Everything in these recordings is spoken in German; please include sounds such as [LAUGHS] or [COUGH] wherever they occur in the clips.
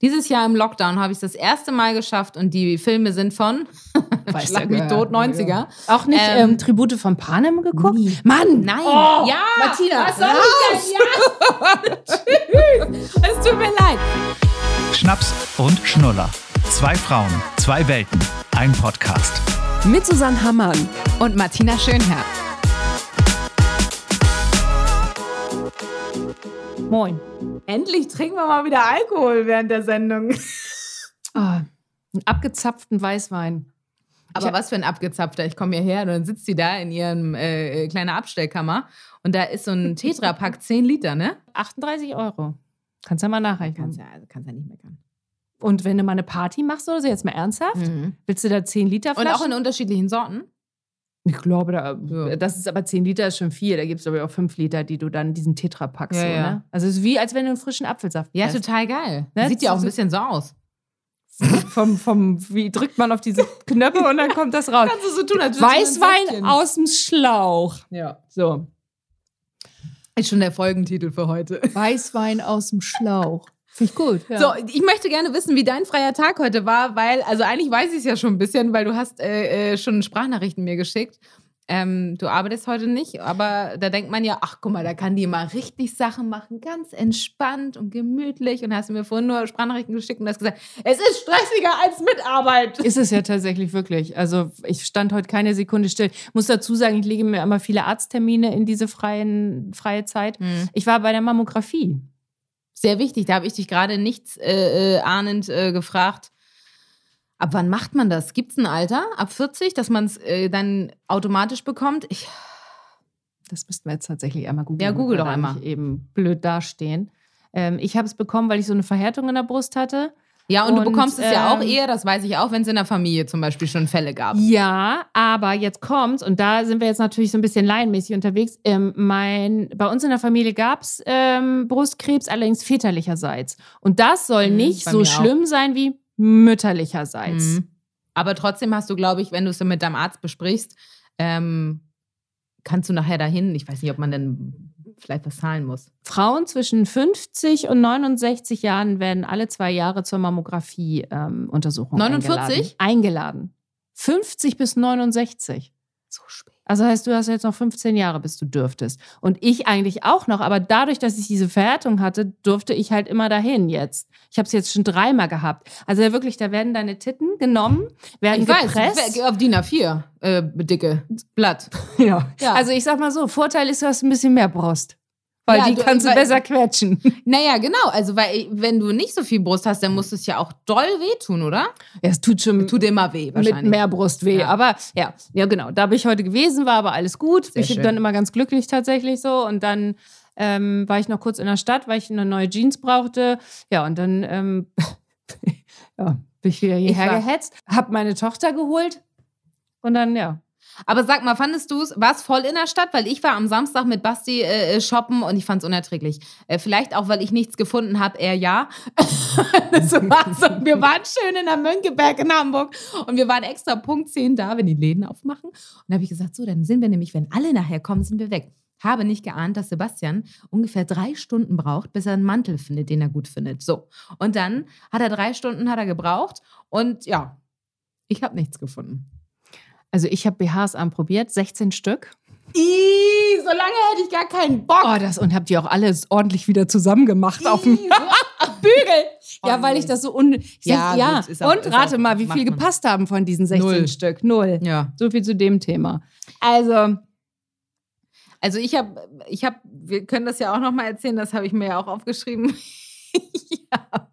Dieses Jahr im Lockdown habe ich es das erste Mal geschafft und die Filme sind von [LAUGHS] Weiß Schlag der mich tot, Geier. 90er. Auch nicht Ähm, ähm, Tribute von Panem geguckt? nie. Mann! Nein, Oh, ja, Martina, was soll ich denn? Ja, tschüss. Es tut mir leid. Schnaps und Schnuller. Zwei Frauen, zwei Welten, ein Podcast. Mit Susanne Hammann. Und Martina Schönherr. Moin. Endlich trinken wir mal wieder Alkohol während der Sendung. Ah, einen abgezapften Weißwein. [LAUGHS] Aber was für ein abgezapfter. Ich komme hierher und dann sitzt sie da in ihrem äh, äh, kleiner Abstellkammer und da ist so ein [LAUGHS] Tetrapack 10 Liter, ne? 38 Euro. Kannst ja mal nachrechnen. Kannst ja, also kannst ja nicht meckern. Und wenn du mal eine Party machst oder so, jetzt mal ernsthaft, willst du da 10 Liter Mhm. Und Flaschen? auch in unterschiedlichen Sorten. ich glaube, da, Ja. das ist aber 10 Liter ist schon viel. Da gibt es, glaube ich, auch 5 Liter, die du dann in diesen Tetra packst. Ja, so, ja. Ne? Also es ist wie, als wenn du einen frischen Apfelsaft Ja, presst. total geil. Ne? Sieht ja auch ein So- bisschen so aus. vom, vom, Wie drückt man auf diese Knöpfe und dann kommt das raus. Kannst du so tun, Also als Weißwein aus dem Schlauch. Ja. So. Ist schon der Folgentitel für heute. Weißwein aus dem Schlauch. Finde ich gut. Ja. So, ich möchte gerne wissen, wie dein freier Tag heute war, weil, also eigentlich weiß ich es ja schon ein bisschen, weil du hast äh, äh, schon Sprachnachrichten mir geschickt. Ähm, du arbeitest heute nicht, aber da denkt man ja, ach guck mal, da kann die mal richtig Sachen machen, ganz entspannt und gemütlich. Und hast mir vorhin nur Sprachnachrichten geschickt und hast gesagt, es ist stressiger als Mitarbeit. Ist es ja tatsächlich wirklich. Also ich stand heute keine Sekunde still. Muss dazu sagen, ich lege mir immer viele Arzttermine in diese freien, freie Zeit. Hm. Ich war bei der Mammographie. Sehr wichtig, da habe ich dich gerade nichts äh, äh, ahnend äh, gefragt. Ab wann macht man das? Gibt es ein Alter? Ab 40, dass man es äh, dann automatisch bekommt? Ich Das müssten wir jetzt tatsächlich einmal googeln. Ja, google damit wir doch da einmal. nicht Eben blöd dastehen. Ähm, ich habe es bekommen, weil ich so eine Verhärtung in der Brust hatte. Ja, und, du Und, bekommst es ja auch ähm, Mhm. eher, das weiß ich auch, wenn es in der Familie zum Beispiel schon Fälle gab. Ja, aber jetzt kommt's und da sind wir jetzt natürlich so ein bisschen laienmäßig unterwegs. Ähm, mein, bei uns in der Familie gab's ähm, Brustkrebs, allerdings väterlicherseits. Und das soll Mhm, nicht bei so mir schlimm sein wie mütterlicherseits. Mhm. Aber trotzdem hast du, glaube ich, wenn du es mit deinem Arzt besprichst, ähm, kannst du nachher dahin. Ich weiß nicht, ob man dann vielleicht was zahlen muss. Frauen zwischen 50 und 69 Jahren werden alle zwei Jahre zur Mammographie-Untersuchung 49? eingeladen. eingeladen. 50 bis 69. So spät. Also heißt, du hast jetzt noch 15 Jahre, bis du dürftest. Und ich eigentlich auch noch, aber dadurch, dass ich diese Verhärtung hatte, durfte ich halt immer dahin jetzt. Ich habe es jetzt schon dreimal gehabt. Also wirklich, da werden deine Titten genommen, werden Ich weiß, gepresst. geh auf DIN A4, äh, dicke Blatt. [LAUGHS] ja. Ja. Also ich sag mal so, Vorteil ist, du hast ein bisschen mehr Brust. Weil Ja, die du- kannst du weil- besser [LAUGHS] quetschen. Naja, genau. Also, weil, wenn du nicht so viel Brust hast, dann muss es ja auch doll wehtun, oder? Ja, es tut schon Tut immer weh, wahrscheinlich. mit mehr Brust weh. Ja. Aber ja, ja, genau. Da bin ich heute gewesen, war aber alles gut. Sehr ich schön. bin dann immer ganz glücklich tatsächlich so. Und dann ähm, war ich noch kurz in der Stadt, weil ich eine neue Jeans brauchte. Ja, und dann ähm, [LAUGHS] ja, bin ich wieder Ich hierher war- gehetzt, hab meine Tochter geholt und dann, ja. Aber sag mal, fandest du es, war es voll in der Stadt? Weil ich war am Samstag mit Basti äh, äh, shoppen und ich fand es unerträglich. Äh, vielleicht auch, weil ich nichts gefunden habe, er ja. [LAUGHS] das war so. Wir waren schön in der Mönckeberg in Hamburg und wir waren extra Punkt 10 da, wenn die Läden aufmachen. Und da habe ich gesagt, so, dann sind wir nämlich, wenn alle nachher kommen, sind wir weg. Habe nicht geahnt, dass Sebastian ungefähr drei Stunden braucht, bis er einen Mantel findet, den er gut findet. So. Und dann hat er drei Stunden hat er gebraucht und ja, ich habe nichts gefunden. Also ich habe BHs anprobiert, 16 Stück. Ih, so lange hätte ich gar keinen Bock. Oh, das und hab die auch alles ordentlich wieder zusammengemacht auf dem Ih, Bügel. Oh, ja, weil nee. ich das so un. Ich Ja, sag, ja. gut, ist auch- ist und rate auch- mal, wie macht viel man. gepasst haben von diesen 16 Null. Stück. Null. so- ja. So viel zu dem Thema. Also, Also ich habe, ich habe, wir können das ja auch noch mal erzählen. Das habe ich mir ja auch aufgeschrieben. [LAUGHS] ich habe,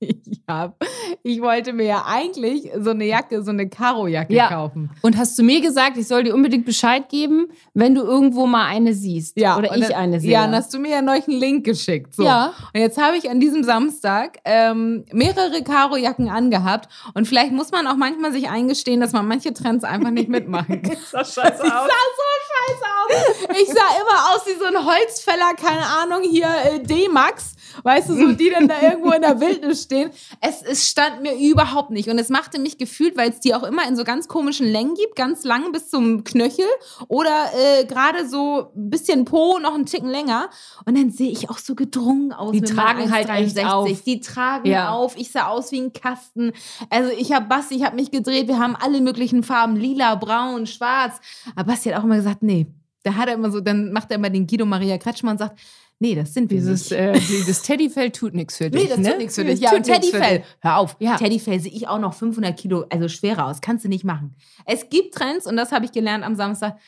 ich habe, ich wollte mir ja eigentlich so eine Jacke, so eine Karojacke Ja. kaufen. und hast du mir gesagt, ich soll dir unbedingt Bescheid geben, wenn du irgendwo mal eine siehst. Oder und ich dann- eine sehe. Ja, und hast du mir ja neulich einen Link geschickt. So. Ja. Und jetzt habe ich an diesem Samstag ähm, mehrere Karojacken angehabt. Und vielleicht muss man auch manchmal sich eingestehen, dass man manche Trends einfach nicht [LAUGHS] mitmachen kann. scheiße Ich sah so scheiße aus. Ich sah immer aus wie so ein Holzfäller, keine Ahnung, hier äh, D-Max. Weißt du, so die dann da irgendwo in der Wildnis stehen. Es, es stand mir überhaupt nicht. Und es machte mich gefühlt, weil es die auch immer in so ganz komischen Längen gibt, ganz lang bis zum Knöchel oder äh, gerade so ein bisschen Po, noch einen Ticken länger. Und dann sehe ich auch so gedrungen aus. Die mit tragen meinen halt echt 1,63. auf. Die tragen Ja. auf. Ich sah aus wie ein Kasten. Also ich habe Basti, ich habe mich gedreht. Wir haben alle möglichen Farben, lila, braun, schwarz. Aber Basti hat auch immer gesagt, nee. Da hat er immer so, dann macht er immer den Guido Maria Kretschmann und sagt, nee, das sind wir Dieses, nicht. äh, dieses Teddyfell tut nichts für dich. Nee, das ne? tut nichts für dich. Ja, und Tut nix für Teddyfell. dich. Hör auf. Ja. Teddyfell sehe ich auch noch 500 Kilo, also schwerer aus. Kannst du nicht machen. Es gibt Trends und das habe ich gelernt am Samstag.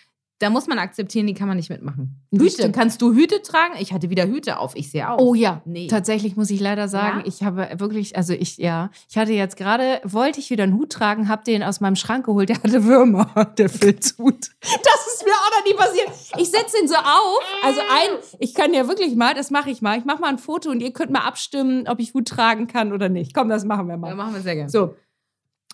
Da muss man akzeptieren, die kann man nicht mitmachen. Das Hüte, stimmt. kannst du Hüte tragen? Ich hatte wieder Hüte auf. Ich sehe aus. Oh ja, Nee. tatsächlich muss ich leider sagen, Ja? ich habe wirklich, also ich, ja, ich hatte jetzt gerade, wollte ich wieder einen Hut tragen, habe den aus meinem Schrank geholt, der hatte Würmer, [LAUGHS] der Filzhut. Das ist mir auch noch nie passiert. Ich setze den so auf, also ein, ich kann ja wirklich mal, das mache ich mal, ich mache mal ein Foto und ihr könnt mal abstimmen, ob ich Hut tragen kann oder nicht. Komm, das machen wir Ja, mal. machen wir sehr gerne. So.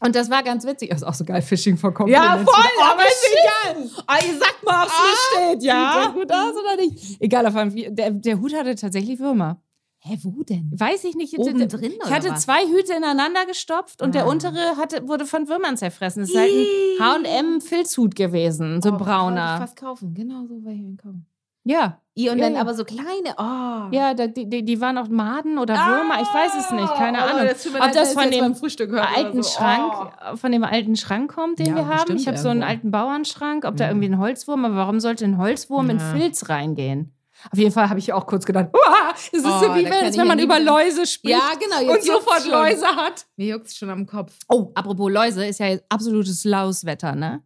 Und das war ganz witzig. Das ist auch so geil, Fishing for Ja, Compliments. Oh, voll, aber wie ist egal. Ah, ihr sagt mal, ob's mir steht, ja. Sieht der gut aus oder nicht? Egal, auf jeden Fall, der, der Hut hatte tatsächlich Würmer. Hä, wo denn? Weiß ich nicht. Oben drin ich oder hatte was? zwei Hüte ineinander gestopft und der Ah. untere hatte, wurde von Würmern zerfressen. Das ist halt Ih. ein H&M-Filzhut gewesen, so Oh, wollte ich brauner. fast kaufen. Genau so wollte ich ihn kaufen. Ja, Ihr und Ja, dann ja. aber so kleine. Oh. ja, da, die, die, die waren auch Maden oder Würmer, ich weiß es nicht, keine Ah, oh, Ahnung. das tut mir Ob leid, das wenn von es jetzt dem beim Frühstück hört oder alten so. Oh. Schrank, von dem alten Schrank kommt, den Ja, wir haben. bestimmt Ich habe so einen irgendwo. alten Bauernschrank, ob da Mhm. irgendwie ein Holzwurm, aber warum sollte ein Holzwurm in Ja. Filz reingehen? Auf jeden Fall habe ich auch kurz gedacht, [LAUGHS] uah, das ist Oh, so wie da wenn, kann als ich wenn ja man nie über wieder- Läuse spricht Ja, genau. und Jetzt juckt's sofort schon. Läuse hat. Mir juckt's schon am Kopf. Oh, apropos Läuse, ist ja jetzt absolutes Lauswetter, ne?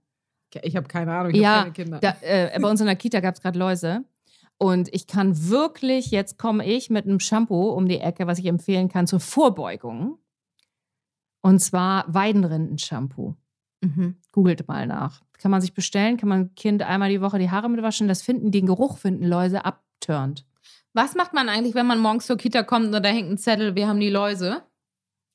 Ich habe keine Ahnung. ich hab Ja, keine Kinder. Da, äh, bei uns in der Kita gab es gerade Läuse. Und ich kann wirklich, jetzt komme ich mit einem Shampoo um die Ecke, was ich empfehlen kann zur Vorbeugung. Und zwar Weidenrinden-Shampoo. mhm. Googelt mal nach. Kann man sich bestellen, kann man Kind einmal die Woche die Haare mitwaschen. Das finden, den Geruch finden Läuse abturnt. Was macht man eigentlich, wenn man morgens zur Kita kommt und da hängt ein Zettel, wir haben die [LAUGHS] Läuse?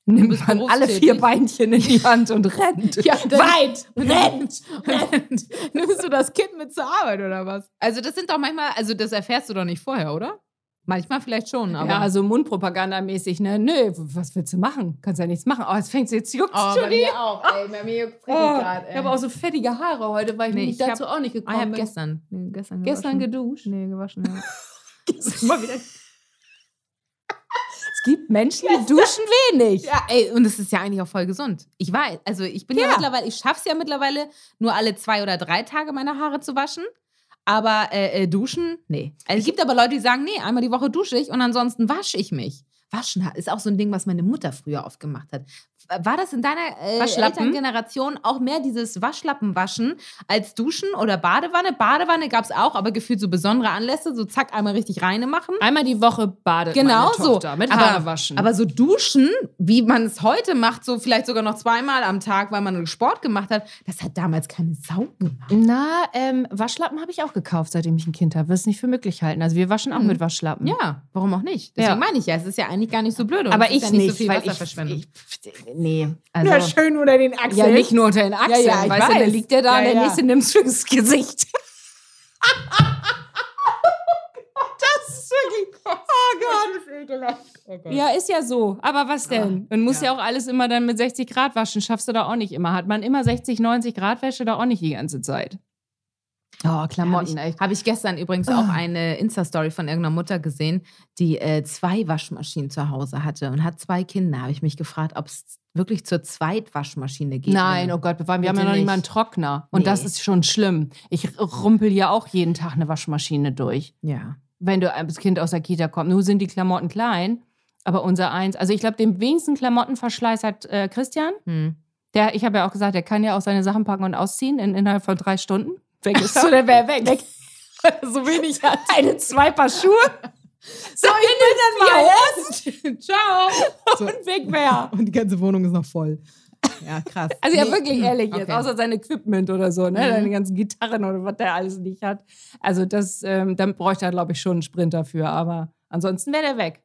Nimmt bist man alle berufstätig. vier Beinchen in die Hand und rennt. Ja, dann- Weit! Rennt! Rennt. Nimmst du das Kind mit zur Arbeit oder was? Also das sind doch manchmal, also das erfährst du doch nicht vorher, oder? Manchmal vielleicht schon, aber... ja, also Mundpropagandamäßig, ne? Nö, was willst du machen? Kannst ja nichts machen. Oh, jetzt fängt jetzt juckt Oh, bei schon mir auch, ey. Bei mir juckt's richtig Oh, grad, ey. ich habe auch so fettige Haare heute, weil ich Nee, mich ich dazu auch nicht ah, ich gekommen hab bin. gestern, nee, gestern Gestern gewaschen. geduscht. Nee, gewaschen, [LAUGHS] ja. Mal wieder. es gibt Menschen, die duschen wenig. Ja, ey, und es ist ja eigentlich auch voll gesund. Ich weiß, also ich bin ja, Ja. mittlerweile, ich schaff's ja mittlerweile, nur alle zwei oder drei Tage meine Haare zu waschen. Aber äh, äh, duschen, nee. Also, es gibt aber Leute, die sagen, nee, einmal die Woche dusche ich und ansonsten wasche ich mich. Waschen ist auch so ein Ding, was meine Mutter früher oft gemacht hat. War das in deiner äh, Waschlappen? Elterngeneration auch mehr dieses Waschlappenwaschen als Duschen oder Badewanne? Badewanne gab's auch, aber gefühlt so besondere Anlässe, so zack, einmal richtig reine machen. Einmal die Woche badet Genau meine Tochter so. mit Aber- Haare waschen. Aber so duschen, wie man es heute macht, so vielleicht sogar noch zweimal am Tag, weil man Sport gemacht hat, das hat damals keine Sau gemacht. na, ähm, Waschlappen habe ich auch gekauft, seitdem ich ein Kind habe. Wirst es nicht für möglich halten. Also wir waschen auch Mhm. mit Waschlappen. Ja, warum auch nicht? Deswegen Ja. meine ich ja, es ist ja eigentlich gar nicht so blöd. Und aber es ist ich ja nicht, so viel weil Wasserverschwendung. ich, ich nee, also schön unter den ja [LAUGHS] nicht nur unter den Achseln, Ja, ja, ich weißt du, weiß. dann liegt der da Ja, und der ja. nächste nimmt's fürs Gesicht. das ist wirklich Oh Gott. Oh Gott. [LAUGHS] Ja, ist ja so. Aber was denn? Man muss ja. ja. auch alles immer dann mit 60 Grad waschen. Schaffst du da auch nicht immer. Hat man immer 60, 90 Grad Wäsche da auch nicht die ganze Zeit. Oh, Klamotten, Habe echt. ich, hab ich gestern übrigens auch eine Insta-Story von irgendeiner Mutter gesehen, die äh, zwei Waschmaschinen zu Hause hatte und hat zwei Kinder. Habe ich mich gefragt, ob es wirklich zur Zweitwaschmaschine geht. Nein, oh Gott, bewahren. Wir Bitte haben ja noch nicht mal einen nicht. Trockner. Und das Nee. ist schon schlimm. Ich rumpel ja auch jeden Tag eine Waschmaschine durch. Ja. wenn du als Kind aus der Kita kommst. Nur sind die Klamotten klein, aber unser eins. Also ich glaube, den wenigsten Klamottenverschleiß hat äh, Christian. Hm. Der, ich habe ja auch gesagt, der kann ja auch seine Sachen packen und ausziehen in, innerhalb von drei Stunden. [LAUGHS] Weg ist so, der wäre weg. so wenig hat. [LAUGHS] Eine zwei Paar Schuhe. [LAUGHS] So, ich bin dann mal. [LAUGHS] Ciao. Und weg wäre. Und die ganze Wohnung ist noch voll. Ja, [LAUGHS] krass. Also ja, Nee. wirklich ehrlich jetzt, Okay. außer sein Equipment oder so, ne? Mhm. Seine ganzen Gitarren oder was der alles nicht hat. Also das, ähm, dann bräuchte er, glaube ich, schon einen Sprint dafür, aber ansonsten wäre der weg.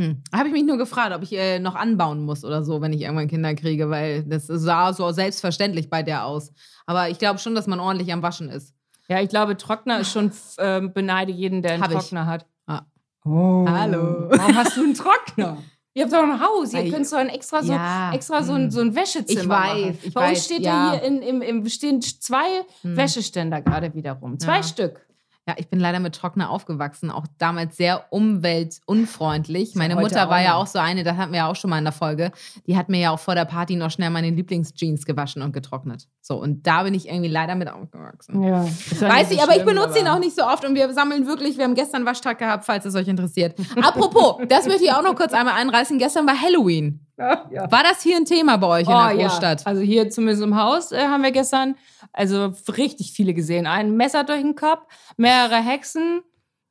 Hm. Habe ich mich nur gefragt, ob ich äh, noch anbauen muss oder so, wenn ich irgendwann Kinder kriege, weil das sah so selbstverständlich bei der aus. Aber ich glaube schon, dass man ordentlich am Waschen ist. Ja, ich glaube, Trockner ist schon, f- ähm, beneide jeden, der einen Hab ich. Trockner hat. Ah. Oh. Hallo. Warum hast du einen Trockner? Ihr habt doch ein Haus, ihr Ei. könnt so ein extra so ja. Hm. extra so ein, so ein Wäschezimmer. Ich weiß, machen. ich Bei weiß, uns steht ja. ja hier in, im, im, stehen zwei Hm. Wäscheständer gerade wieder rum. Zwei Ja. Stück. Ja, ich bin leider mit Trockner aufgewachsen, auch damals sehr umweltunfreundlich. Meine heute Mutter auch war ja noch. auch so eine, das hatten wir ja auch schon mal in der Folge. Die hat mir ja auch vor der Party noch schnell meine Lieblingsjeans gewaschen und getrocknet. So, und da bin ich irgendwie leider mit aufgewachsen. Ja. Weiß ich, aber ich benutze ihn auch nicht so oft und wir sammeln wirklich, wir haben gestern Waschtag gehabt, falls es euch interessiert. [LAUGHS] Apropos, das möchte ich auch noch kurz einmal einreißen. Gestern war Halloween. War das hier ein Thema bei euch in der Großstadt? Ja. Also hier zumindest im Haus äh, haben wir gestern also richtig viele gesehen. Ein Messer durch den Kopf, mehrere Hexen.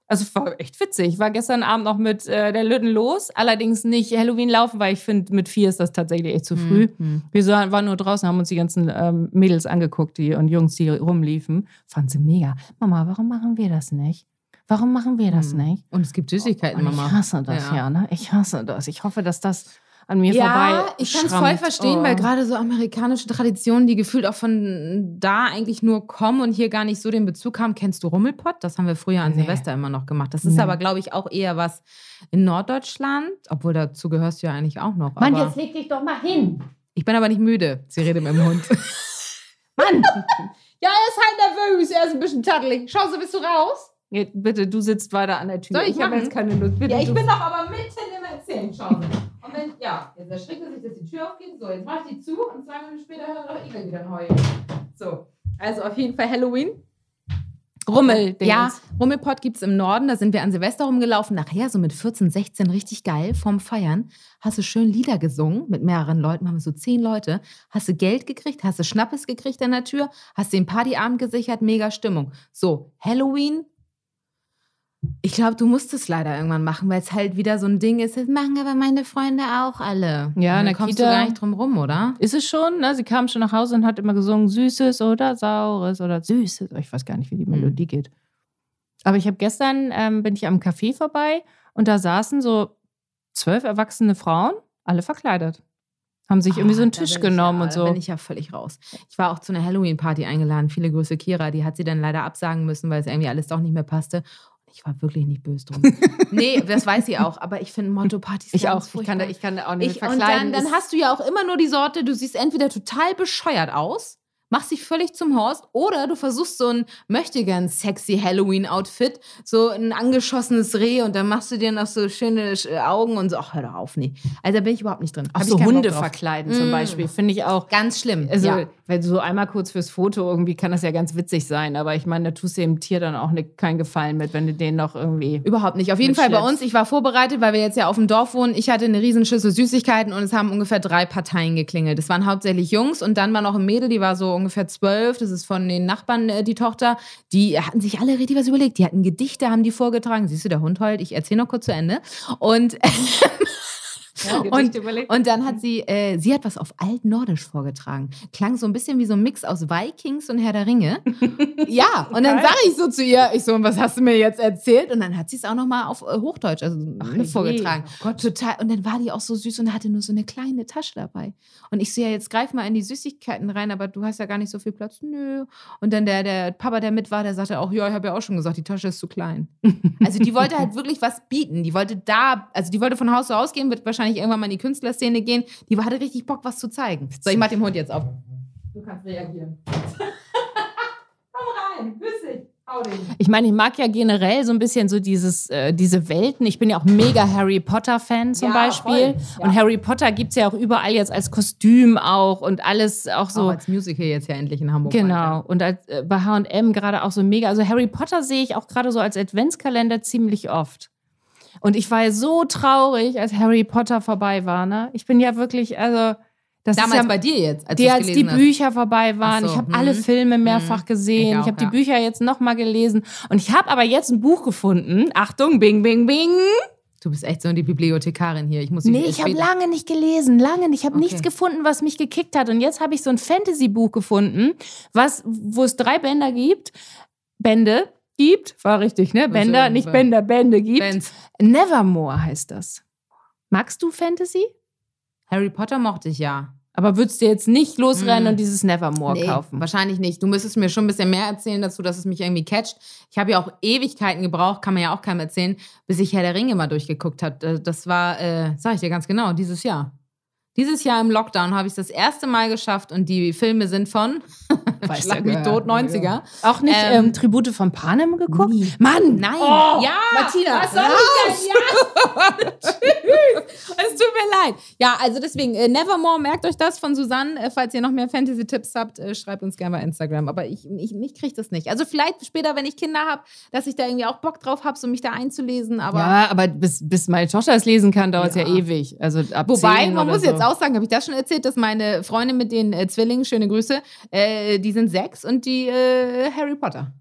Also war echt witzig. Ich war gestern Abend noch mit äh, der Lütten los. Allerdings nicht Halloween laufen, weil ich finde, mit vier ist das tatsächlich echt zu früh. Mhm. Wir so- waren nur draußen, haben uns die ganzen ähm, Mädels angeguckt die, und Jungs, die rumliefen. Fanden sie mega. Mama, warum machen wir das nicht? Warum machen wir das Hm. nicht? Und es gibt Süßigkeiten, Und Mama. Oh, ich hasse das, Ja. ja. ne? Ich hasse das. Ich hoffe, dass das an mir ja, vorbei ich kann es voll schrammt. verstehen, Oh. weil gerade so amerikanische Traditionen, die gefühlt auch von da eigentlich nur kommen und hier gar nicht so den Bezug haben. Kennst du Rummelpott? Das haben wir früher an Nee. Silvester immer noch gemacht. Das ist Nee. aber, glaube ich, auch eher was in Norddeutschland, obwohl dazu gehörst du ja eigentlich auch noch. Mann, aber jetzt leg dich doch mal hin. ich bin aber nicht müde. Sie redet mit dem [LAUGHS] Hund. Mann! ja, er ist halt nervös, er ist ein bisschen tattelig. Schau, so bist du raus? Jetzt, bitte, du sitzt weiter an der Tür. Soll ich hab machen? keine Lust. Bitte, du- doch aber mitten im Erzählen. Schau. Und wenn, ja, jetzt erschrickt er sich, dass die Tür aufgeht. So, jetzt mach ich die zu und zwei Minuten später hören doch Igel wieder heulen. So, also auf jeden Fall Halloween. Rummel. Ja, Rummelpott gibt es im Norden. Da sind wir an Silvester rumgelaufen. Nachher, so mit 14, 16, richtig geil, vorm Feiern. Hast du schön Lieder gesungen mit mehreren Leuten, haben wir so zehn Leute. Hast du Geld gekriegt, hast du Schnappes gekriegt an der Tür, hast den Partyabend gesichert, mega Stimmung. So, Halloween. Ich glaube, du musst es leider irgendwann machen, weil es halt wieder so ein Ding ist. Das machen aber meine Freunde auch alle. Ja, Und in dann der kommst du Kita- gar nicht drum rum, oder? Ist es schon? Ne? Sie kam schon nach Hause und hat immer gesungen, Süßes oder Saures oder Süßes. Ich weiß gar nicht, wie die Melodie geht. Aber ich habe gestern, ähm, bin ich am Café vorbei und da saßen so zwölf erwachsene Frauen, alle verkleidet. Haben sich irgendwie so einen Ah, da Tisch bin ich genommen ja, und Da so. bin ich ja völlig raus. Ich war auch zu einer Halloween-Party eingeladen. Viele Grüße, Kira. Die hat sie dann leider absagen müssen, weil es irgendwie alles doch nicht mehr passte. Und ich war wirklich nicht böse [LAUGHS] drum. nee, das weiß sie auch. Aber ich finde Motto-Partys Ich ganz auch. Ich kann, da- furchtbar. ich kann da auch nicht Ich, mit und verkleiden. dann, dann hast du ja auch immer nur die Sorte, du siehst entweder total bescheuert aus, machst dich völlig zum Horst, oder du versuchst so ein möchte gern sexy Halloween-Outfit, so ein angeschossenes Reh und dann machst du dir noch so schöne äh, Augen und so, ach, hör doch auf, nee. Also da bin ich überhaupt nicht drin. auch Hab ich so keinen Bock Hunde drauf. verkleiden zum Mm. Beispiel, finde ich auch. Ganz schlimm. Also, ja. wenn du so einmal kurz fürs Foto irgendwie kann das ja ganz witzig sein, aber ich meine, da tust du dem Tier dann auch ne, keinen Gefallen mit, wenn du den noch irgendwie. Überhaupt nicht. Auf jeden Mit Fall bei Schlips. uns, ich war vorbereitet, weil wir jetzt ja auf dem Dorf wohnen. Ich hatte eine Riesenschüssel Süßigkeiten und es haben ungefähr drei Parteien geklingelt. Es waren hauptsächlich Jungs und dann war noch ein Mädel, die war so ungefähr zwölf. Das ist von den Nachbarn äh, die Tochter. Die hatten sich alle richtig was überlegt. Die hatten Gedichte, haben die vorgetragen. Siehst du, der Hund heult. Ich erzähle noch kurz zu Ende. Und [LAUGHS] und, überlegt. Und dann hat sie, äh, sie hat was auf Altnordisch vorgetragen. Klang so ein bisschen wie so ein Mix aus Vikings und Herr der Ringe. ja, und dann Geil. sage ich so zu ihr, ich so, "Und was hast du mir jetzt erzählt? Und dann hat sie es auch nochmal auf äh, Hochdeutsch also, ne, je. vorgetragen. Total. Und dann war die auch so süß und hatte nur so eine kleine Tasche dabei. Und ich so, ja, jetzt greif mal in die Süßigkeiten rein, aber du hast ja gar nicht so viel Platz. Nö. Und dann der, der Papa, der mit war, der sagte auch, ja, ich habe ja auch schon gesagt, die Tasche ist zu [LAUGHS] klein. Also die wollte halt wirklich was bieten. Die wollte da, also die wollte von Haus zu Haus gehen, wird wahrscheinlich irgendwann mal in die Künstlerszene gehen. Die hatte richtig Bock, was zu zeigen. So, ich mach den Hund jetzt auf. Du kannst reagieren. Komm rein, grüß dich. Hau den. Ich meine, ich mag ja generell so ein bisschen so dieses, äh, diese Welten. Ich bin ja auch mega Harry Potter-Fan Ja, zum Beispiel. voll. Ja. Und Harry Potter gibt es ja auch überall jetzt als Kostüm auch und alles auch So, auch so. als Musical jetzt ja endlich in Hamburg. Genau, und als, äh, bei HM gerade auch so mega. Also Harry Potter sehe ich auch gerade so als Adventskalender ziemlich oft. Und ich war ja so traurig, als Harry Potter vorbei war. Ne? Ich bin ja wirklich, also, das Damals ist ja, bei dir jetzt, als die, du's als die gelesen hast. Bücher vorbei waren. Ach so, Ich habe mhm. alle Filme mehrfach gesehen. Ich Ich, auch, habe die ja. Bücher jetzt nochmal gelesen. Und ich habe aber jetzt ein Buch gefunden. Achtung, bing, bing, bing. Du bist echt so die Bibliothekarin hier. Ich muss Nee, ich habe lange nicht gelesen, lange nicht. Ich habe Okay. nichts gefunden, was mich gekickt hat. Und jetzt habe ich so ein Fantasy-Buch gefunden, was, wo es drei Bänder gibt. Bände gibt, war richtig, ne? Bänder, schön, nicht ja. Bänder, Bände gibt. Benz. Nevermore heißt das. Magst du Fantasy? Harry Potter mochte ich ja. Aber würdest du jetzt nicht losrennen Mm. und dieses Nevermore Nee, kaufen? Wahrscheinlich nicht. Du müsstest mir schon ein bisschen mehr erzählen dazu, dass es mich irgendwie catcht. Ich habe ja auch Ewigkeiten gebraucht, kann man ja auch keinem erzählen, bis ich Herr der Ringe mal durchgeguckt habe. Das war, äh, sag ich dir ganz genau, dieses Jahr. Dieses Jahr im Lockdown habe ich es das erste Mal geschafft und die Filme sind von, [LAUGHS] Weiß schlag der mich Geier. tot, 90er. Auch nicht Ähm, ähm, Tribute von Panem geguckt? nie. Mann! Nein. Oh, ja, Martina, Was soll ich denn? Ja. Tschüss. [LAUGHS] Es tut mir leid. Ja, also deswegen, äh, Nevermore, merkt euch das von Susanne. Äh, falls ihr noch mehr Fantasy-Tipps habt, äh, schreibt uns gerne bei Instagram. Aber ich, ich, ich kriege das nicht. Also vielleicht später, wenn ich Kinder habe, dass ich da irgendwie auch Bock drauf habe, so mich da einzulesen. Aber ja, aber bis, bis meine Tochter es lesen kann, dauert es ja. Ja. ewig. Also ab Wobei, 10 man oder muss so. jetzt auch sagen, habe ich das schon erzählt, dass meine Freunde mit den äh, Zwillingen, schöne Grüße, äh, die sind sechs und die äh, Harry Potter.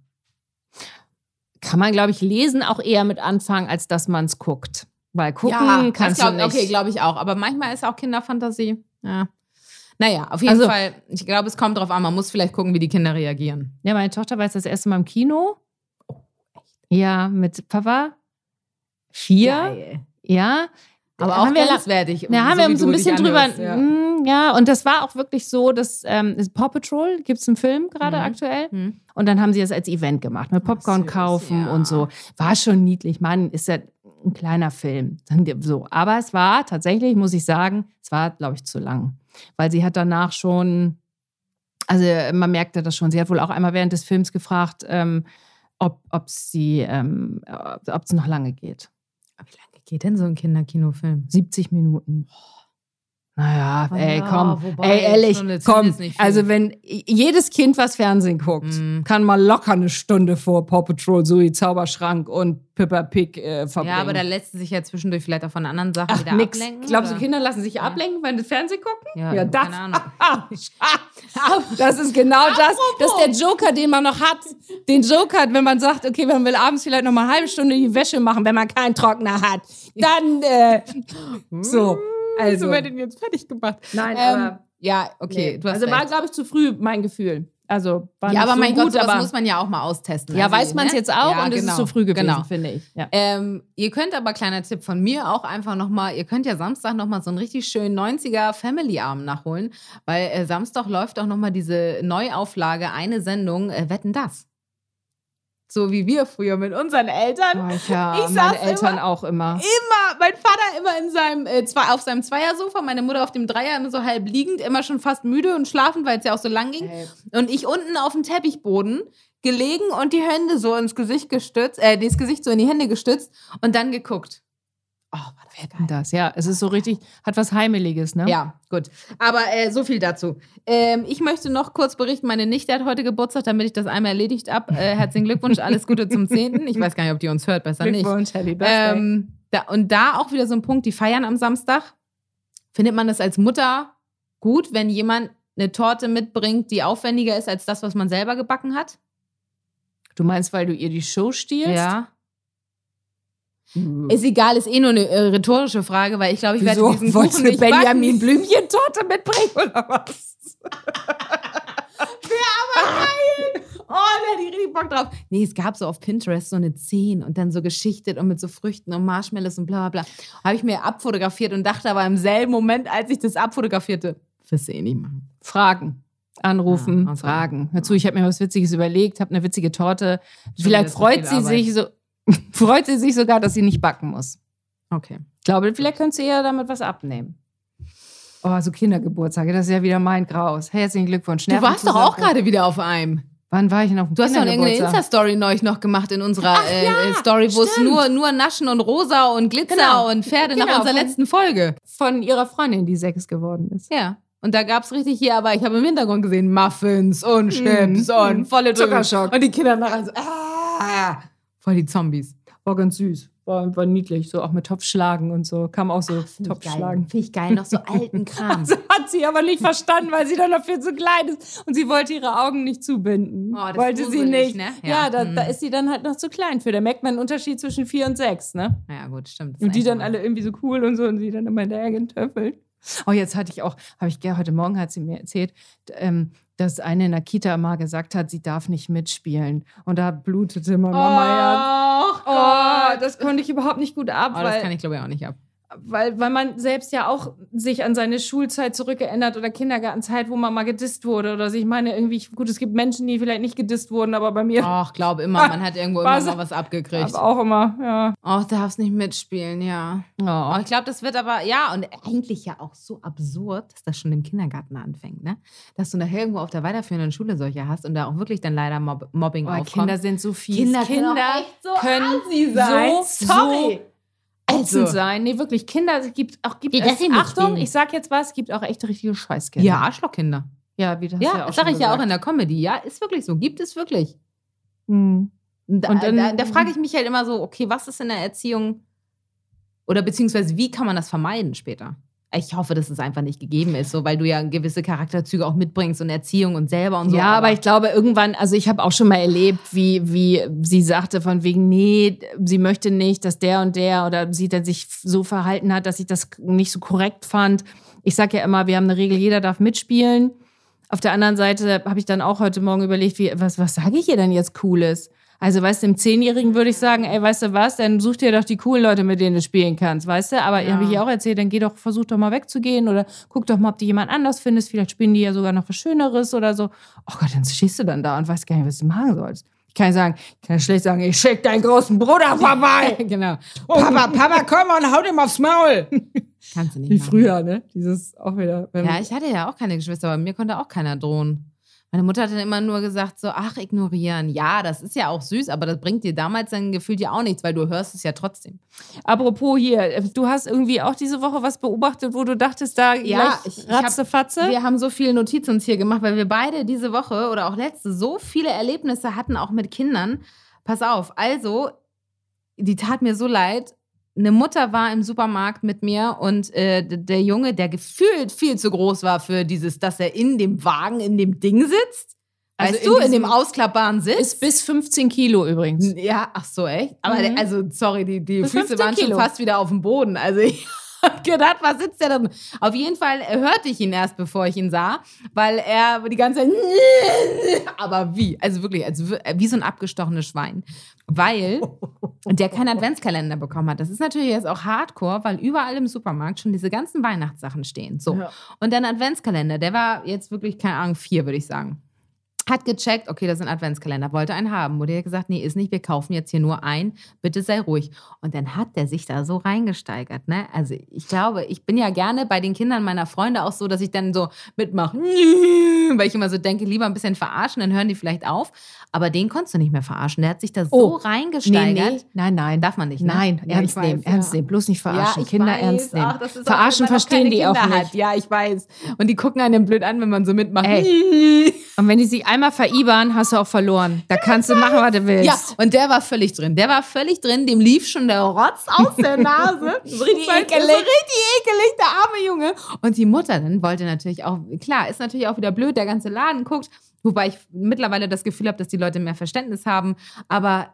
Kann man, glaube ich, lesen auch eher mit anfangen, als dass man es guckt. Weil gucken das kannst glaub, du nicht. Okay, glaube ich auch. Aber manchmal ist auch Kinderfantasie. Ja. Naja, auf jeden Also- Fall. Ich glaube, es kommt drauf an. Man muss vielleicht gucken, wie die Kinder reagieren. Ja, meine Tochter war jetzt das erste Mal im Kino. Oh, Ja, mit Papa. Vier. Geil. Ja. Aber Da auch haben wir la- grenzwertig. Da haben so wir wie uns ein du dich bisschen drüber. anhörst, mm, Ja. Ja. und das war auch wirklich so, dass ähm, Paw Patrol gibt es einen Film gerade Mhm. aktuell. Hm. Und dann haben sie das als Event gemacht, mit Ach, Popcorn süß, kaufen ja. und so. War schon niedlich. Mann, ist ja ein kleiner Film. So. Aber es war tatsächlich, muss ich sagen, es war, glaube ich, zu lang. Weil sie hat danach schon, also man merkte das schon, sie hat wohl auch einmal während des Films gefragt, ähm, ob, ob sie, ähm, ob es noch lange geht. Aber wie lange geht denn so ein Kinderkinofilm? 70 Minuten. Naja, ey, Ah, Ja, komm. wobei, Ey, ehrlich, Stunde zehn komm. ist nicht viel. Also, wenn jedes Kind, was Fernsehen guckt, Mm. kann mal locker eine Stunde vor Paw Patrol, Sui, Zauberschrank und Pippa Pig äh, verbringen. Ja, aber da lässt sie sich ja zwischendurch vielleicht auch von anderen Sachen Ach, wieder nix. ablenken. Glaubst du, oder? Kinder lassen sich Ja. ablenken, wenn sie Fernsehen [LAUGHS] gucken? Ja, ja keine das. Ahnung. das ist genau das. Das ist der Joker, den man noch hat. Den Joker, wenn man sagt, okay, man will abends vielleicht noch mal eine halbe Stunde die Wäsche machen, wenn man keinen Trockner hat. [LAUGHS] Dann, äh, so. Also, Wieso Hm, werden die jetzt fertig gemacht? nein, Ähm, ja, okay. Nee. Du hast also recht. war, glaube ich, zu früh mein Gefühl. Also war ja, nicht aber so mein gut, Gott, sowas aber muss man ja auch mal austesten. ja, Also, weiß man es ne? jetzt auch Ja, und es ist zu früh gewesen, Genau. finde ich. Ja. Ähm, ihr könnt aber, kleiner Tipp von mir, auch einfach nochmal, ihr könnt ja Samstag nochmal so einen richtig schönen 90er Family Abend nachholen, weil äh, Samstag läuft auch nochmal diese Neuauflage, eine Sendung, äh, Wetten das. So wie wir früher mit unseren Eltern. Boah, ich, ja, Ähm, Ich meine saß Eltern auch immer. Immer, mein Vater immer in seinem, äh, zwei, auf seinem Zweiersofa, meine Mutter auf dem Dreier, immer so halb liegend, immer schon fast müde und schlafend, weil es ja auch so lang ging. Ey. Und ich unten auf dem Teppichboden gelegen und die Hände so ins Gesicht gestützt, äh, das Gesicht so in die Hände gestützt und dann geguckt. Oh, war das geil. Das, ja, es ist so richtig, hat was Heimeliges, ne? Ja, gut. Aber äh, so viel dazu. Ähm, ich möchte noch kurz berichten, meine Nichte hat heute Geburtstag, damit ich das einmal erledigt habe. Äh, herzlichen Glückwunsch, alles Gute zum 10. Ich weiß gar nicht, ob die uns hört, besser nicht. Glückwunsch, Happy Birthday. Ähm, da, und da auch wieder so ein Punkt, die feiern am Samstag. Findet man das als Mutter gut, wenn jemand eine Torte mitbringt, die aufwendiger ist als das, was man selber gebacken hat? du meinst, weil du ihr die Show stiehlst? Ja. Hm. Ist egal, ist eh nur eine äh, rhetorische Frage, weil ich glaube, ich Wieso? werde diesen Wolltest Kuchen du nicht backen. Benjamin Blümchentorte mitbringen oder was? Oh, da hätte ich richtig Bock drauf. Nee, es gab so auf Pinterest so eine 10 und dann so geschichtet und mit so Früchten und Marshmallows und bla bla bla. Habe ich mir abfotografiert und dachte aber im selben Moment, als ich das abfotografierte, wirst du eh nicht machen. Fragen. Anrufen, Ja, also- Fragen. Hör zu, ich habe mir was Witziges überlegt, habe eine witzige Torte. Schon Vielleicht wieder zu freut viel sie Arbeit. sich so, [LAUGHS] freut sie sich sogar, dass sie nicht backen muss. Okay. Ich glaube, vielleicht könntest du ihr damit was abnehmen. Oh, so Kindergeburtstage, das ist ja wieder mein Graus. Herzlichen Glückwunsch. Du warst doch Nervenzusammenbruch. auch gerade wieder auf einem. Wann war ich denn auf dem Du hast doch irgendeine Kindergeburtstag? Insta-Story neulich noch gemacht in unserer äh, ja, äh, Story, wo es stimmt. nur, nur Naschen und Rosa und Glitzer Genau. und Pferde Genau, nach unserer von- letzten Folge. Von ihrer Freundin, die sechs geworden ist. Ja. Und da gab es richtig hier, aber ich habe im Hintergrund gesehen, Muffins und Chips und volle Dröhnung. Zuckerschock. Und die Kinder nachher so, ah, voll die Zombies. War ganz süß. War, war niedlich. So auch mit Topfschlagen und so. Kam auch so Topfschlagen. Finde ich geil, noch so alten Kram. [LAUGHS] Das hat sie aber nicht verstanden, weil sie dann dafür zu klein ist. Und sie wollte ihre Augen nicht zubinden. Oh, das ist wollte sie gruselig, nicht. ne? Ja, Ja, da, mhm. da ist sie dann halt noch zu klein für. Da merkt man einen Unterschied zwischen vier und sechs, ne? ja, gut, stimmt. Und die dann alle irgendwie so cool und so und sie dann immer hinterher getöffelt. Oh, jetzt hatte ich auch, habe ich ge- heute Morgen hat sie mir erzählt, d- ähm, dass eine in der Kita mal gesagt hat, sie darf nicht mitspielen. Und da blutete meine Mama ja. Mama, Oh, das konnte ich überhaupt nicht gut ab, Oh, das Oh, weil kann ich, glaube ich, auch nicht ab. weil, weil man selbst ja auch sich an seine Schulzeit zurückerinnert oder Kindergartenzeit, wo man mal gedisst wurde oder sich meine irgendwie, ich- gut, es gibt Menschen, die vielleicht nicht gedisst wurden, aber bei mir Ach, glaub immer, man hat irgendwo immer Was? mal was abgekriegt. [LAUGHS] aber auch immer, ja. Ach, darfst nicht mitspielen, ja. Oh, ich glaube, das wird aber, ja, und eigentlich ja auch so absurd, dass das schon im Kindergarten anfängt, ne? Dass du nachher irgendwo auf der weiterführenden Schule solche hast und da auch wirklich dann leider Mob Mobbing Oh, aufkommt. Kinder sind so fies. Kinder können auch Kinder echt so können assi sein. so, Sorry. so ätzend Also. sein. Nee, wirklich, Kinder, es gibt auch, gibt Die es, dürfen nicht Achtung, spielen. ich sag jetzt was, es gibt auch echt richtige Scheißkinder. ja, Arschlochkinder. Ja, wie das Ja, ja auch das sage schon ich ja auch in gesagt. der Comedy. Ja, ist wirklich so. Gibt es wirklich. Hm. Da, Und dann- da, da frage ich mich halt immer so, okay, was ist in der Erziehung oder beziehungsweise wie kann man das vermeiden später? Ich hoffe, dass es einfach nicht gegeben ist, so weil du ja gewisse Charakterzüge auch mitbringst und Erziehung und selber und so. Ja, aber ich glaube, irgendwann, also ich habe auch schon mal erlebt, wie, wie sie sagte, von wegen, nee, sie möchte nicht, dass der und der oder sie dann sich so verhalten hat, dass ich das nicht so korrekt fand. Ich sage ja immer, wir haben eine Regel, jeder darf mitspielen. Auf der anderen Seite habe ich dann auch heute Morgen überlegt, wie, was, was sage ich ihr denn jetzt Cooles? Also, weißt du, dem Zehnjährigen würde ich sagen, ey, weißt du was, dann such dir doch die coolen Leute, mit denen du spielen kannst, weißt du? Aber Ja. habe ich ihr auch erzählt, dann geh doch, versuch doch mal wegzugehen oder guck doch mal, ob du jemand anders findest. Vielleicht spielen die ja sogar noch was Schöneres oder so. Oh Gott, dann stehst du dann da und weißt gar nicht, was du machen sollst. Ich kann ja sagen, ich kann ja schlecht sagen, ich schick deinen großen Bruder vorbei. genau. Papa, Papa, komm und hau dem aufs Maul. Kannst du nicht. [LAUGHS] Wie machen. früher, ne? Dieses auch wieder. wenn- Ja, ich hatte ja auch keine Geschwister, aber mir konnte auch keiner drohen. Meine Mutter hat dann immer nur gesagt, so, ach, ignorieren. Ja, das ist ja auch süß, aber das bringt dir damals dann gefühlt ja auch nichts, weil du hörst es ja trotzdem. Apropos hier, du hast irgendwie auch diese Woche was beobachtet, wo du dachtest, da Ja, gleich ich- ich hab- ratze, fatze. Wir haben so viele Notizen uns hier gemacht, weil wir beide diese Woche oder auch letzte so viele Erlebnisse hatten, auch mit Kindern. Pass auf, also, die tat mir so leid. Eine Mutter war im Supermarkt mit mir und äh, d- der Junge, der gefühlt viel zu groß war für dieses, dass er in dem Wagen, in dem Ding sitzt. Also weißt in du, in diesem- dem ausklappbaren Sitz. Ist bis 15 Kilo übrigens. Ja, ach so, echt? Aber Mhm. also, sorry, die, die Bis Füße 15 waren Kilo. schon fast wieder auf dem Boden. Also [LAUGHS] ich hab gedacht, was sitzt der da drin? Auf jeden Fall äh, hörte ich ihn erst, bevor ich ihn sah, weil er die ganze Zeit. [LAUGHS] Aber wie? Also wirklich, als wür- wie so ein abgestochenes Schwein. [LAUGHS] Weil der keinen Adventskalender bekommen hat. Das ist natürlich jetzt auch hardcore, weil überall im Supermarkt schon diese ganzen Weihnachtssachen stehen. So. Ja. Und dann Adventskalender, der war jetzt wirklich, keine Ahnung, vier, würde ich sagen. Hat gecheckt, okay, das ist ein Adventskalender, wollte einen haben. Wurde ja gesagt, nee, ist nicht, wir kaufen jetzt hier nur einen, bitte sei ruhig. Und dann hat der sich da so reingesteigert, ne? Also ich glaube, ich bin ja gerne bei den Kindern meiner Freunde auch so, dass ich dann so mitmache, [LAUGHS] weil ich immer so denke, lieber ein bisschen verarschen, dann hören die vielleicht auf. Aber den konntest du nicht mehr verarschen. Der hat sich da so Oh, reingesteigert. nein, nein. Darf man nicht, ne? Nein, Ja, ernst ich weiß, nehmen, ernst ja. nehmen, bloß nicht verarschen. ich Kinder weiß. ernst nehmen. Ach, das ist auch, verarschen wenn man noch verstehen die keine auch Kinder nicht. Hat. Ja, ich weiß. Und die gucken einen blöd an, wenn man so mitmacht. Und wenn die sich einmal veribern, hast du auch verloren. Da kannst du machen, was du willst. [LAUGHS] Ja, und der war völlig drin. Der war völlig drin. Dem lief schon der Rotz aus der Nase. So richtig ekelig. So richtig ekelig, der arme Junge. Und die Mutter dann wollte natürlich auch, klar, ist natürlich auch wieder blöd, der ganze Laden guckt. Wobei ich mittlerweile das Gefühl habe, dass die Leute mehr Verständnis haben. Aber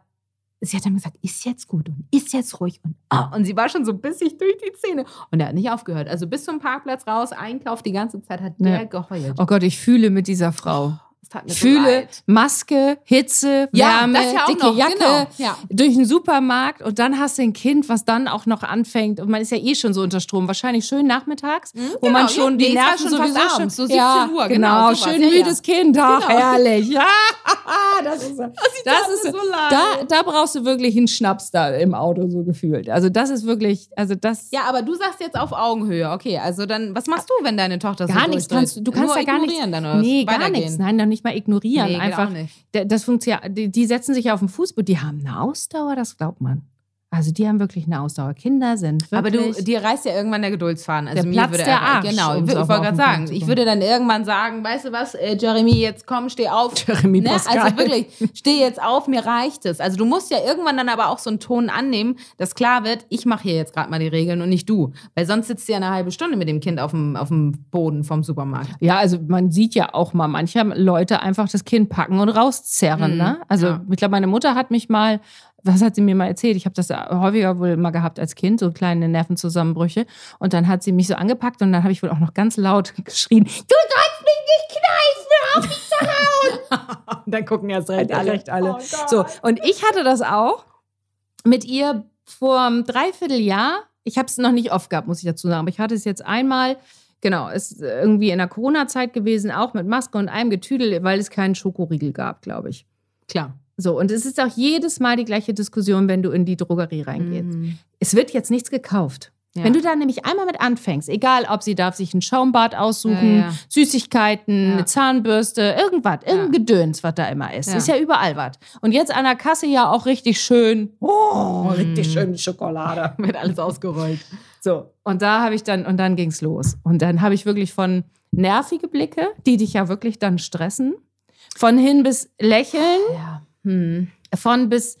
sie hat dann gesagt, ist jetzt gut und ist jetzt ruhig. Und, ah, und sie war schon so bissig durch die Zähne. Und er hat nicht aufgehört. Also bis zum Parkplatz raus, Einkauf, die ganze Zeit hat der Ja. geheult. Oh Gott, ich fühle mit dieser Frau. Das tat mir Ich so fühle leid. Maske, Hitze, Ja, Wärme, das ja auch dicke noch, Jacke. genau. Ja. Durch den Supermarkt und dann hast du ein Kind, was dann auch noch anfängt. Und man ist ja eh schon so unter Strom. Wahrscheinlich schön nachmittags, wo genau, man schon ja, die nee, es war Nerven schon sowieso fast schon. abends, so 17 Uhr, genau. genau, sowas, schön ja, ja. müdes Kind. Ach, Genau. herrlich. [LAUGHS] Ja, das ist, das tat ist mir so leid. da, da brauchst du wirklich einen Schnaps da im Auto, so gefühlt. Also, das ist wirklich, also das. Ja, aber du sagst jetzt auf Augenhöhe. Okay, also dann, was machst du, wenn deine Tochter so Gar nichts durchdreht? kannst du, du kannst Nur ja gar nichts. ignorieren Dann oder was? nee, gar Weitergehen. nichts. Nein, dann nicht mal ignorieren. Nee, geht Einfach, auch nicht. Da- das funktioniert. Die, die setzen sich ja auf den Fußboden. Die haben eine Ausdauer, das glaubt man. Also die haben wirklich eine Ausdauer. Kinder sind wirklich. Aber du, dir reißt ja irgendwann der Geduldsfaden. Also Der mir Platz würde der er- Arsch, Genau, um ich, es ich wollte auch mal auf gerade den sagen, Punkt zu ich bringen. würde dann irgendwann sagen, weißt du was, äh, Jeremy, jetzt komm, steh auf. [LAUGHS] Jeremy Pascal. Also wirklich, steh jetzt auf, mir reicht es. Also du musst ja irgendwann dann aber auch so einen Ton annehmen, dass klar wird, ich mache hier jetzt gerade mal die Regeln und nicht du. Weil sonst sitzt du ja eine halbe Stunde mit dem Kind auf dem, auf dem Boden vom Supermarkt. ja, also man sieht ja auch mal manche Leute einfach das Kind packen und rauszerren. Mhm, Ne? Also ja. ich glaube, meine Mutter hat mich mal, was hat sie mir mal erzählt? Ich habe das häufiger wohl mal gehabt als Kind, so kleine Nervenzusammenbrüche. Und dann hat sie mich so angepackt und dann habe ich wohl auch noch ganz laut [LAUGHS] geschrien, du [LAUGHS] Dann gucken erst Halt recht alle. so, und ich hatte das auch mit ihr vor einem Dreivierteljahr Ich habe es noch nicht oft gehabt, muss ich dazu sagen. Aber ich hatte es jetzt einmal, genau, ist irgendwie in der Corona-Zeit gewesen, auch mit Maske und einem Getüdel, weil es keinen Schokoriegel gab, glaube ich. Klar. So, und es ist auch jedes Mal die gleiche Diskussion, wenn du in die Drogerie reingehst. Es wird jetzt nichts gekauft. Mhm. Ja. Wenn du da nämlich einmal mit anfängst, egal ob sie darf sich ein Schaumbad aussuchen, Ja, ja. Süßigkeiten, Ja. eine Zahnbürste, irgendwas, irgendein Ja. Gedöns, was da immer ist. Ja. Ist ja überall was. Und jetzt an der Kasse ja auch richtig schön, oh, richtig mhm. schöne Schokolade. wird alles ausgerollt. So. Und da habe ich dann, und dann ging's los. Und dann habe ich wirklich von nervige Blicke, die dich ja wirklich dann stressen, von hin bis lächeln, Ja. Hm. von bis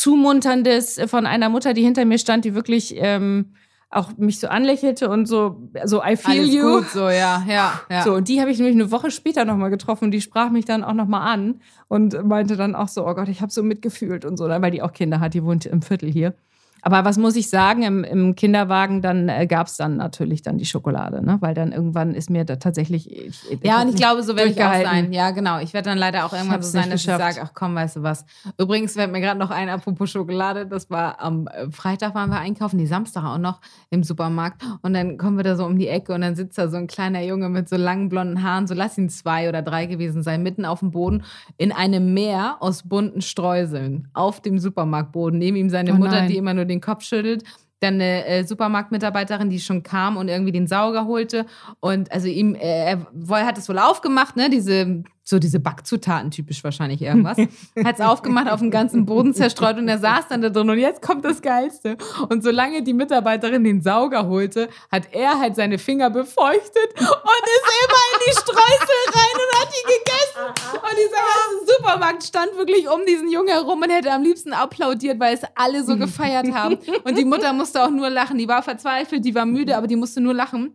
zumunterndes äh, von einer Mutter, die hinter mir stand, die wirklich ähm, auch mich so anlächelte und so, so I feel Alles you. gut so, ja, ja, ja. So, und die habe ich nämlich eine Woche später nochmal getroffen und die sprach mich dann auch nochmal an und meinte dann auch so, oh Gott, ich habe so mitgefühlt und so, dann, weil die auch Kinder hat, die wohnt im Viertel hier. Aber was muss ich sagen, im, im Kinderwagen dann äh, gab es dann natürlich dann die Schokolade, ne? weil dann irgendwann ist mir da tatsächlich... äh, Ich, Ja, hab und ich mich- glaube, so werde ich auch durchgehalten. sein. Ja, genau. Ich werde dann leider auch irgendwann hab's so sein, nicht dass ich geschafft. sage, ach komm, weißt du was. Übrigens fällt mir gerade noch ein, apropos Schokolade, das war am äh, Freitag waren wir einkaufen, die Samstag auch noch im Supermarkt. Und dann kommen wir da so um die Ecke und dann sitzt da so ein kleiner Junge mit so langen blonden Haaren, so lass ihn zwei oder drei gewesen sein, mitten auf dem Boden in einem Meer aus bunten Streuseln auf dem Supermarktboden. Neben ihm seine Oh Mutter, nein. die immer nur den Kopf schüttelt. Dann eine äh, Supermarktmitarbeiterin, die schon kam und irgendwie den Sauger holte. Und also ihm, äh, er woll- hat es wohl aufgemacht, ne? Diese, so diese Backzutaten typisch wahrscheinlich irgendwas. hat es aufgemacht, auf dem ganzen Boden zerstreut und er saß dann da drin. Und jetzt kommt das Geilste. Und solange die Mitarbeiterin den Sauger holte, hat er halt seine Finger befeuchtet und ist immer in die Streusel rein und hat die gegessen. Und dieser Ah. ganze Supermarkt stand wirklich um diesen Jungen herum und hätte am liebsten applaudiert, weil es alle Hm. so gefeiert [LAUGHS] haben. Und die Mutter musste auch nur lachen. Die war verzweifelt, die war müde, aber die musste nur lachen.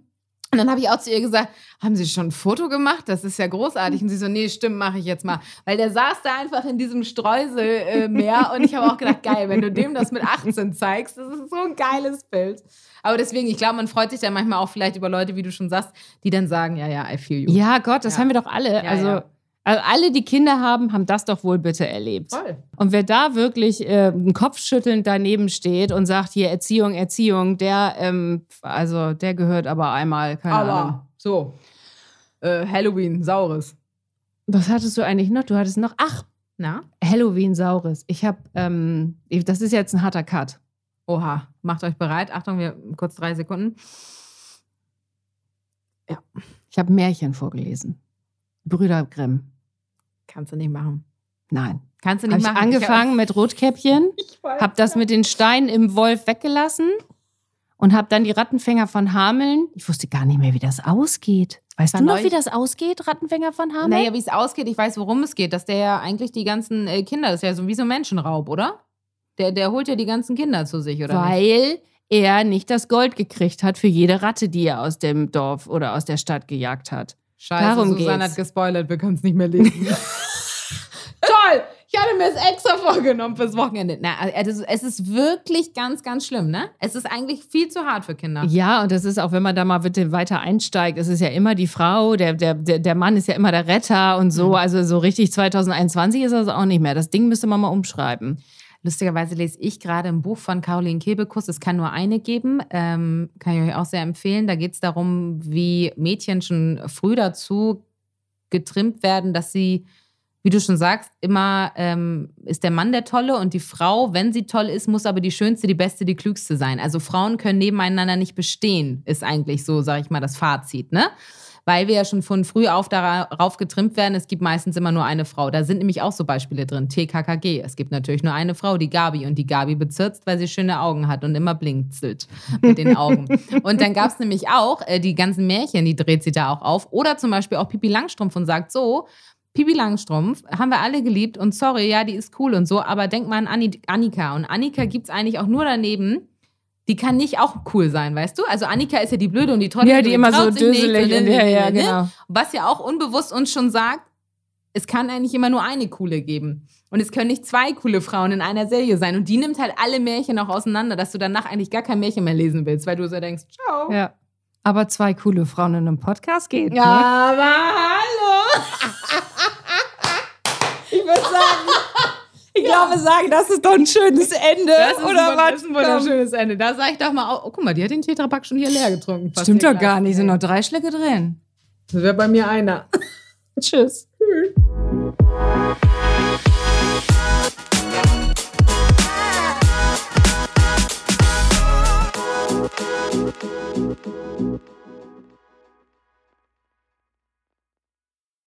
Und dann habe ich auch zu ihr gesagt, haben Sie schon ein Foto gemacht? Das ist ja großartig. Und sie so, nee, stimmt, mache ich jetzt mal. Weil der saß da einfach in diesem Streuselmeer äh, Meer. und ich habe auch gedacht, geil, wenn du dem das mit 18 zeigst, das ist so ein geiles Bild. Aber deswegen, ich glaube, man freut sich dann manchmal auch vielleicht über Leute, wie du schon sagst, die dann sagen, ja, ja, I feel you. Ja, Gott, das Ja. haben wir doch alle. Ja, also, ja. also alle, die Kinder haben, haben das doch wohl bitte erlebt. Voll. Und wer da wirklich äh, kopfschüttelnd daneben steht und sagt, hier Erziehung, Erziehung, der, ähm, also der gehört aber einmal, keine Ahnung. Aber so. Äh, Halloween, saures. Was hattest du eigentlich noch? Du hattest noch, ach, Na? Halloween Saures. Ich habe, ähm, ich- das ist jetzt ein harter Cut. Oha, macht euch bereit. Achtung, wir kurz drei Sekunden. Ich habe Märchen vorgelesen. Brüder Grimm. Kannst du nicht machen. Nein. Kannst du Habe nicht ich machen. angefangen mit Rotkäppchen, Ich, weiß habe das mit den Steinen im Wolf weggelassen und habe dann die Rattenfänger von Hameln. Ich wusste gar nicht mehr, wie das ausgeht. Weißt War du noch, neu- wie das ausgeht, Rattenfänger von Hameln? Naja, wie es ausgeht, ich weiß, worum es geht. Dass der ja eigentlich die ganzen äh, Kinder, das ist ja so wie so ein Menschenraub, oder? Der, der holt ja die ganzen Kinder zu sich, oder? nicht? weil er nicht das Gold gekriegt hat für jede Ratte, die er aus dem Dorf oder aus der Stadt gejagt hat. Scheiße, darum Susanne geht's. hat gespoilert, wir können es nicht mehr [LAUGHS] lesen. Toll! Ich hatte mir es extra vorgenommen fürs Wochenende. Na, also es ist wirklich ganz, ganz schlimm, ne? Es ist eigentlich viel zu hart für Kinder. Ja, und das ist auch, wenn man da mal bitte weiter einsteigt, es ist ja immer die Frau, der, der, der der Mann ist ja immer der Retter und so. Mhm. Also so richtig 2021 ist das auch nicht mehr. Das Ding müsste man mal umschreiben. Lustigerweise lese ich gerade ein Buch von Caroline Kebekus, es kann nur eine geben, ähm, kann ich euch auch sehr empfehlen. Da geht es darum, wie Mädchen schon früh dazu getrimmt werden, dass sie, wie du schon sagst, immer ähm, ist der Mann der Tolle und die Frau, wenn sie toll ist, muss aber die Schönste, die Beste, die Klügste sein. Also Frauen können nebeneinander nicht bestehen, ist eigentlich so, sage ich mal, das Fazit, ne? Weil wir ja schon von früh auf darauf getrimmt werden, es gibt meistens immer nur eine Frau. Da sind nämlich auch so Beispiele drin. TKKG. Es gibt natürlich nur eine Frau, die Gabi. Und die Gabi bezirzt, weil sie schöne Augen hat und immer blinzelt mit den Augen. und dann gab es nämlich auch äh, die ganzen Märchen, die dreht sie da auch auf. Oder zum Beispiel auch Pipi Langstrumpf und sagt so, Pipi Langstrumpf haben wir alle geliebt und sorry, ja, die ist cool und so, aber denk mal an Anni Annika. Und Annika gibt es eigentlich auch nur daneben. Die kann nicht auch cool sein, weißt du? Also Annika ist ja die Blöde und die Tolle. ja, und die immer so traut sich nichts döselig. und- Und, ja, ja, ne? genau. Was ja auch unbewusst uns schon sagt, es kann eigentlich immer nur eine coole geben. Und es können nicht zwei coole Frauen in einer Serie sein. Und die nimmt halt alle Märchen auch auseinander, dass du danach eigentlich gar kein Märchen mehr lesen willst, weil du so denkst, ciao. Ja. Aber zwei coole Frauen in einem Podcast geht. Ja, Ne? aber hallo. ich würde sagen, Ich glaube, sagen, das ist doch ein schönes Ende. Das ist oder ein, was? das ist ein wunderschönes Ende. Da sag ich doch mal, oh, guck mal, die hat den Tetrapack schon hier leer getrunken. Fast Stimmt den doch gar gleichen. nicht, sind noch drei Schläge drin. [LAUGHS] Das wäre bei mir einer. Tschüss.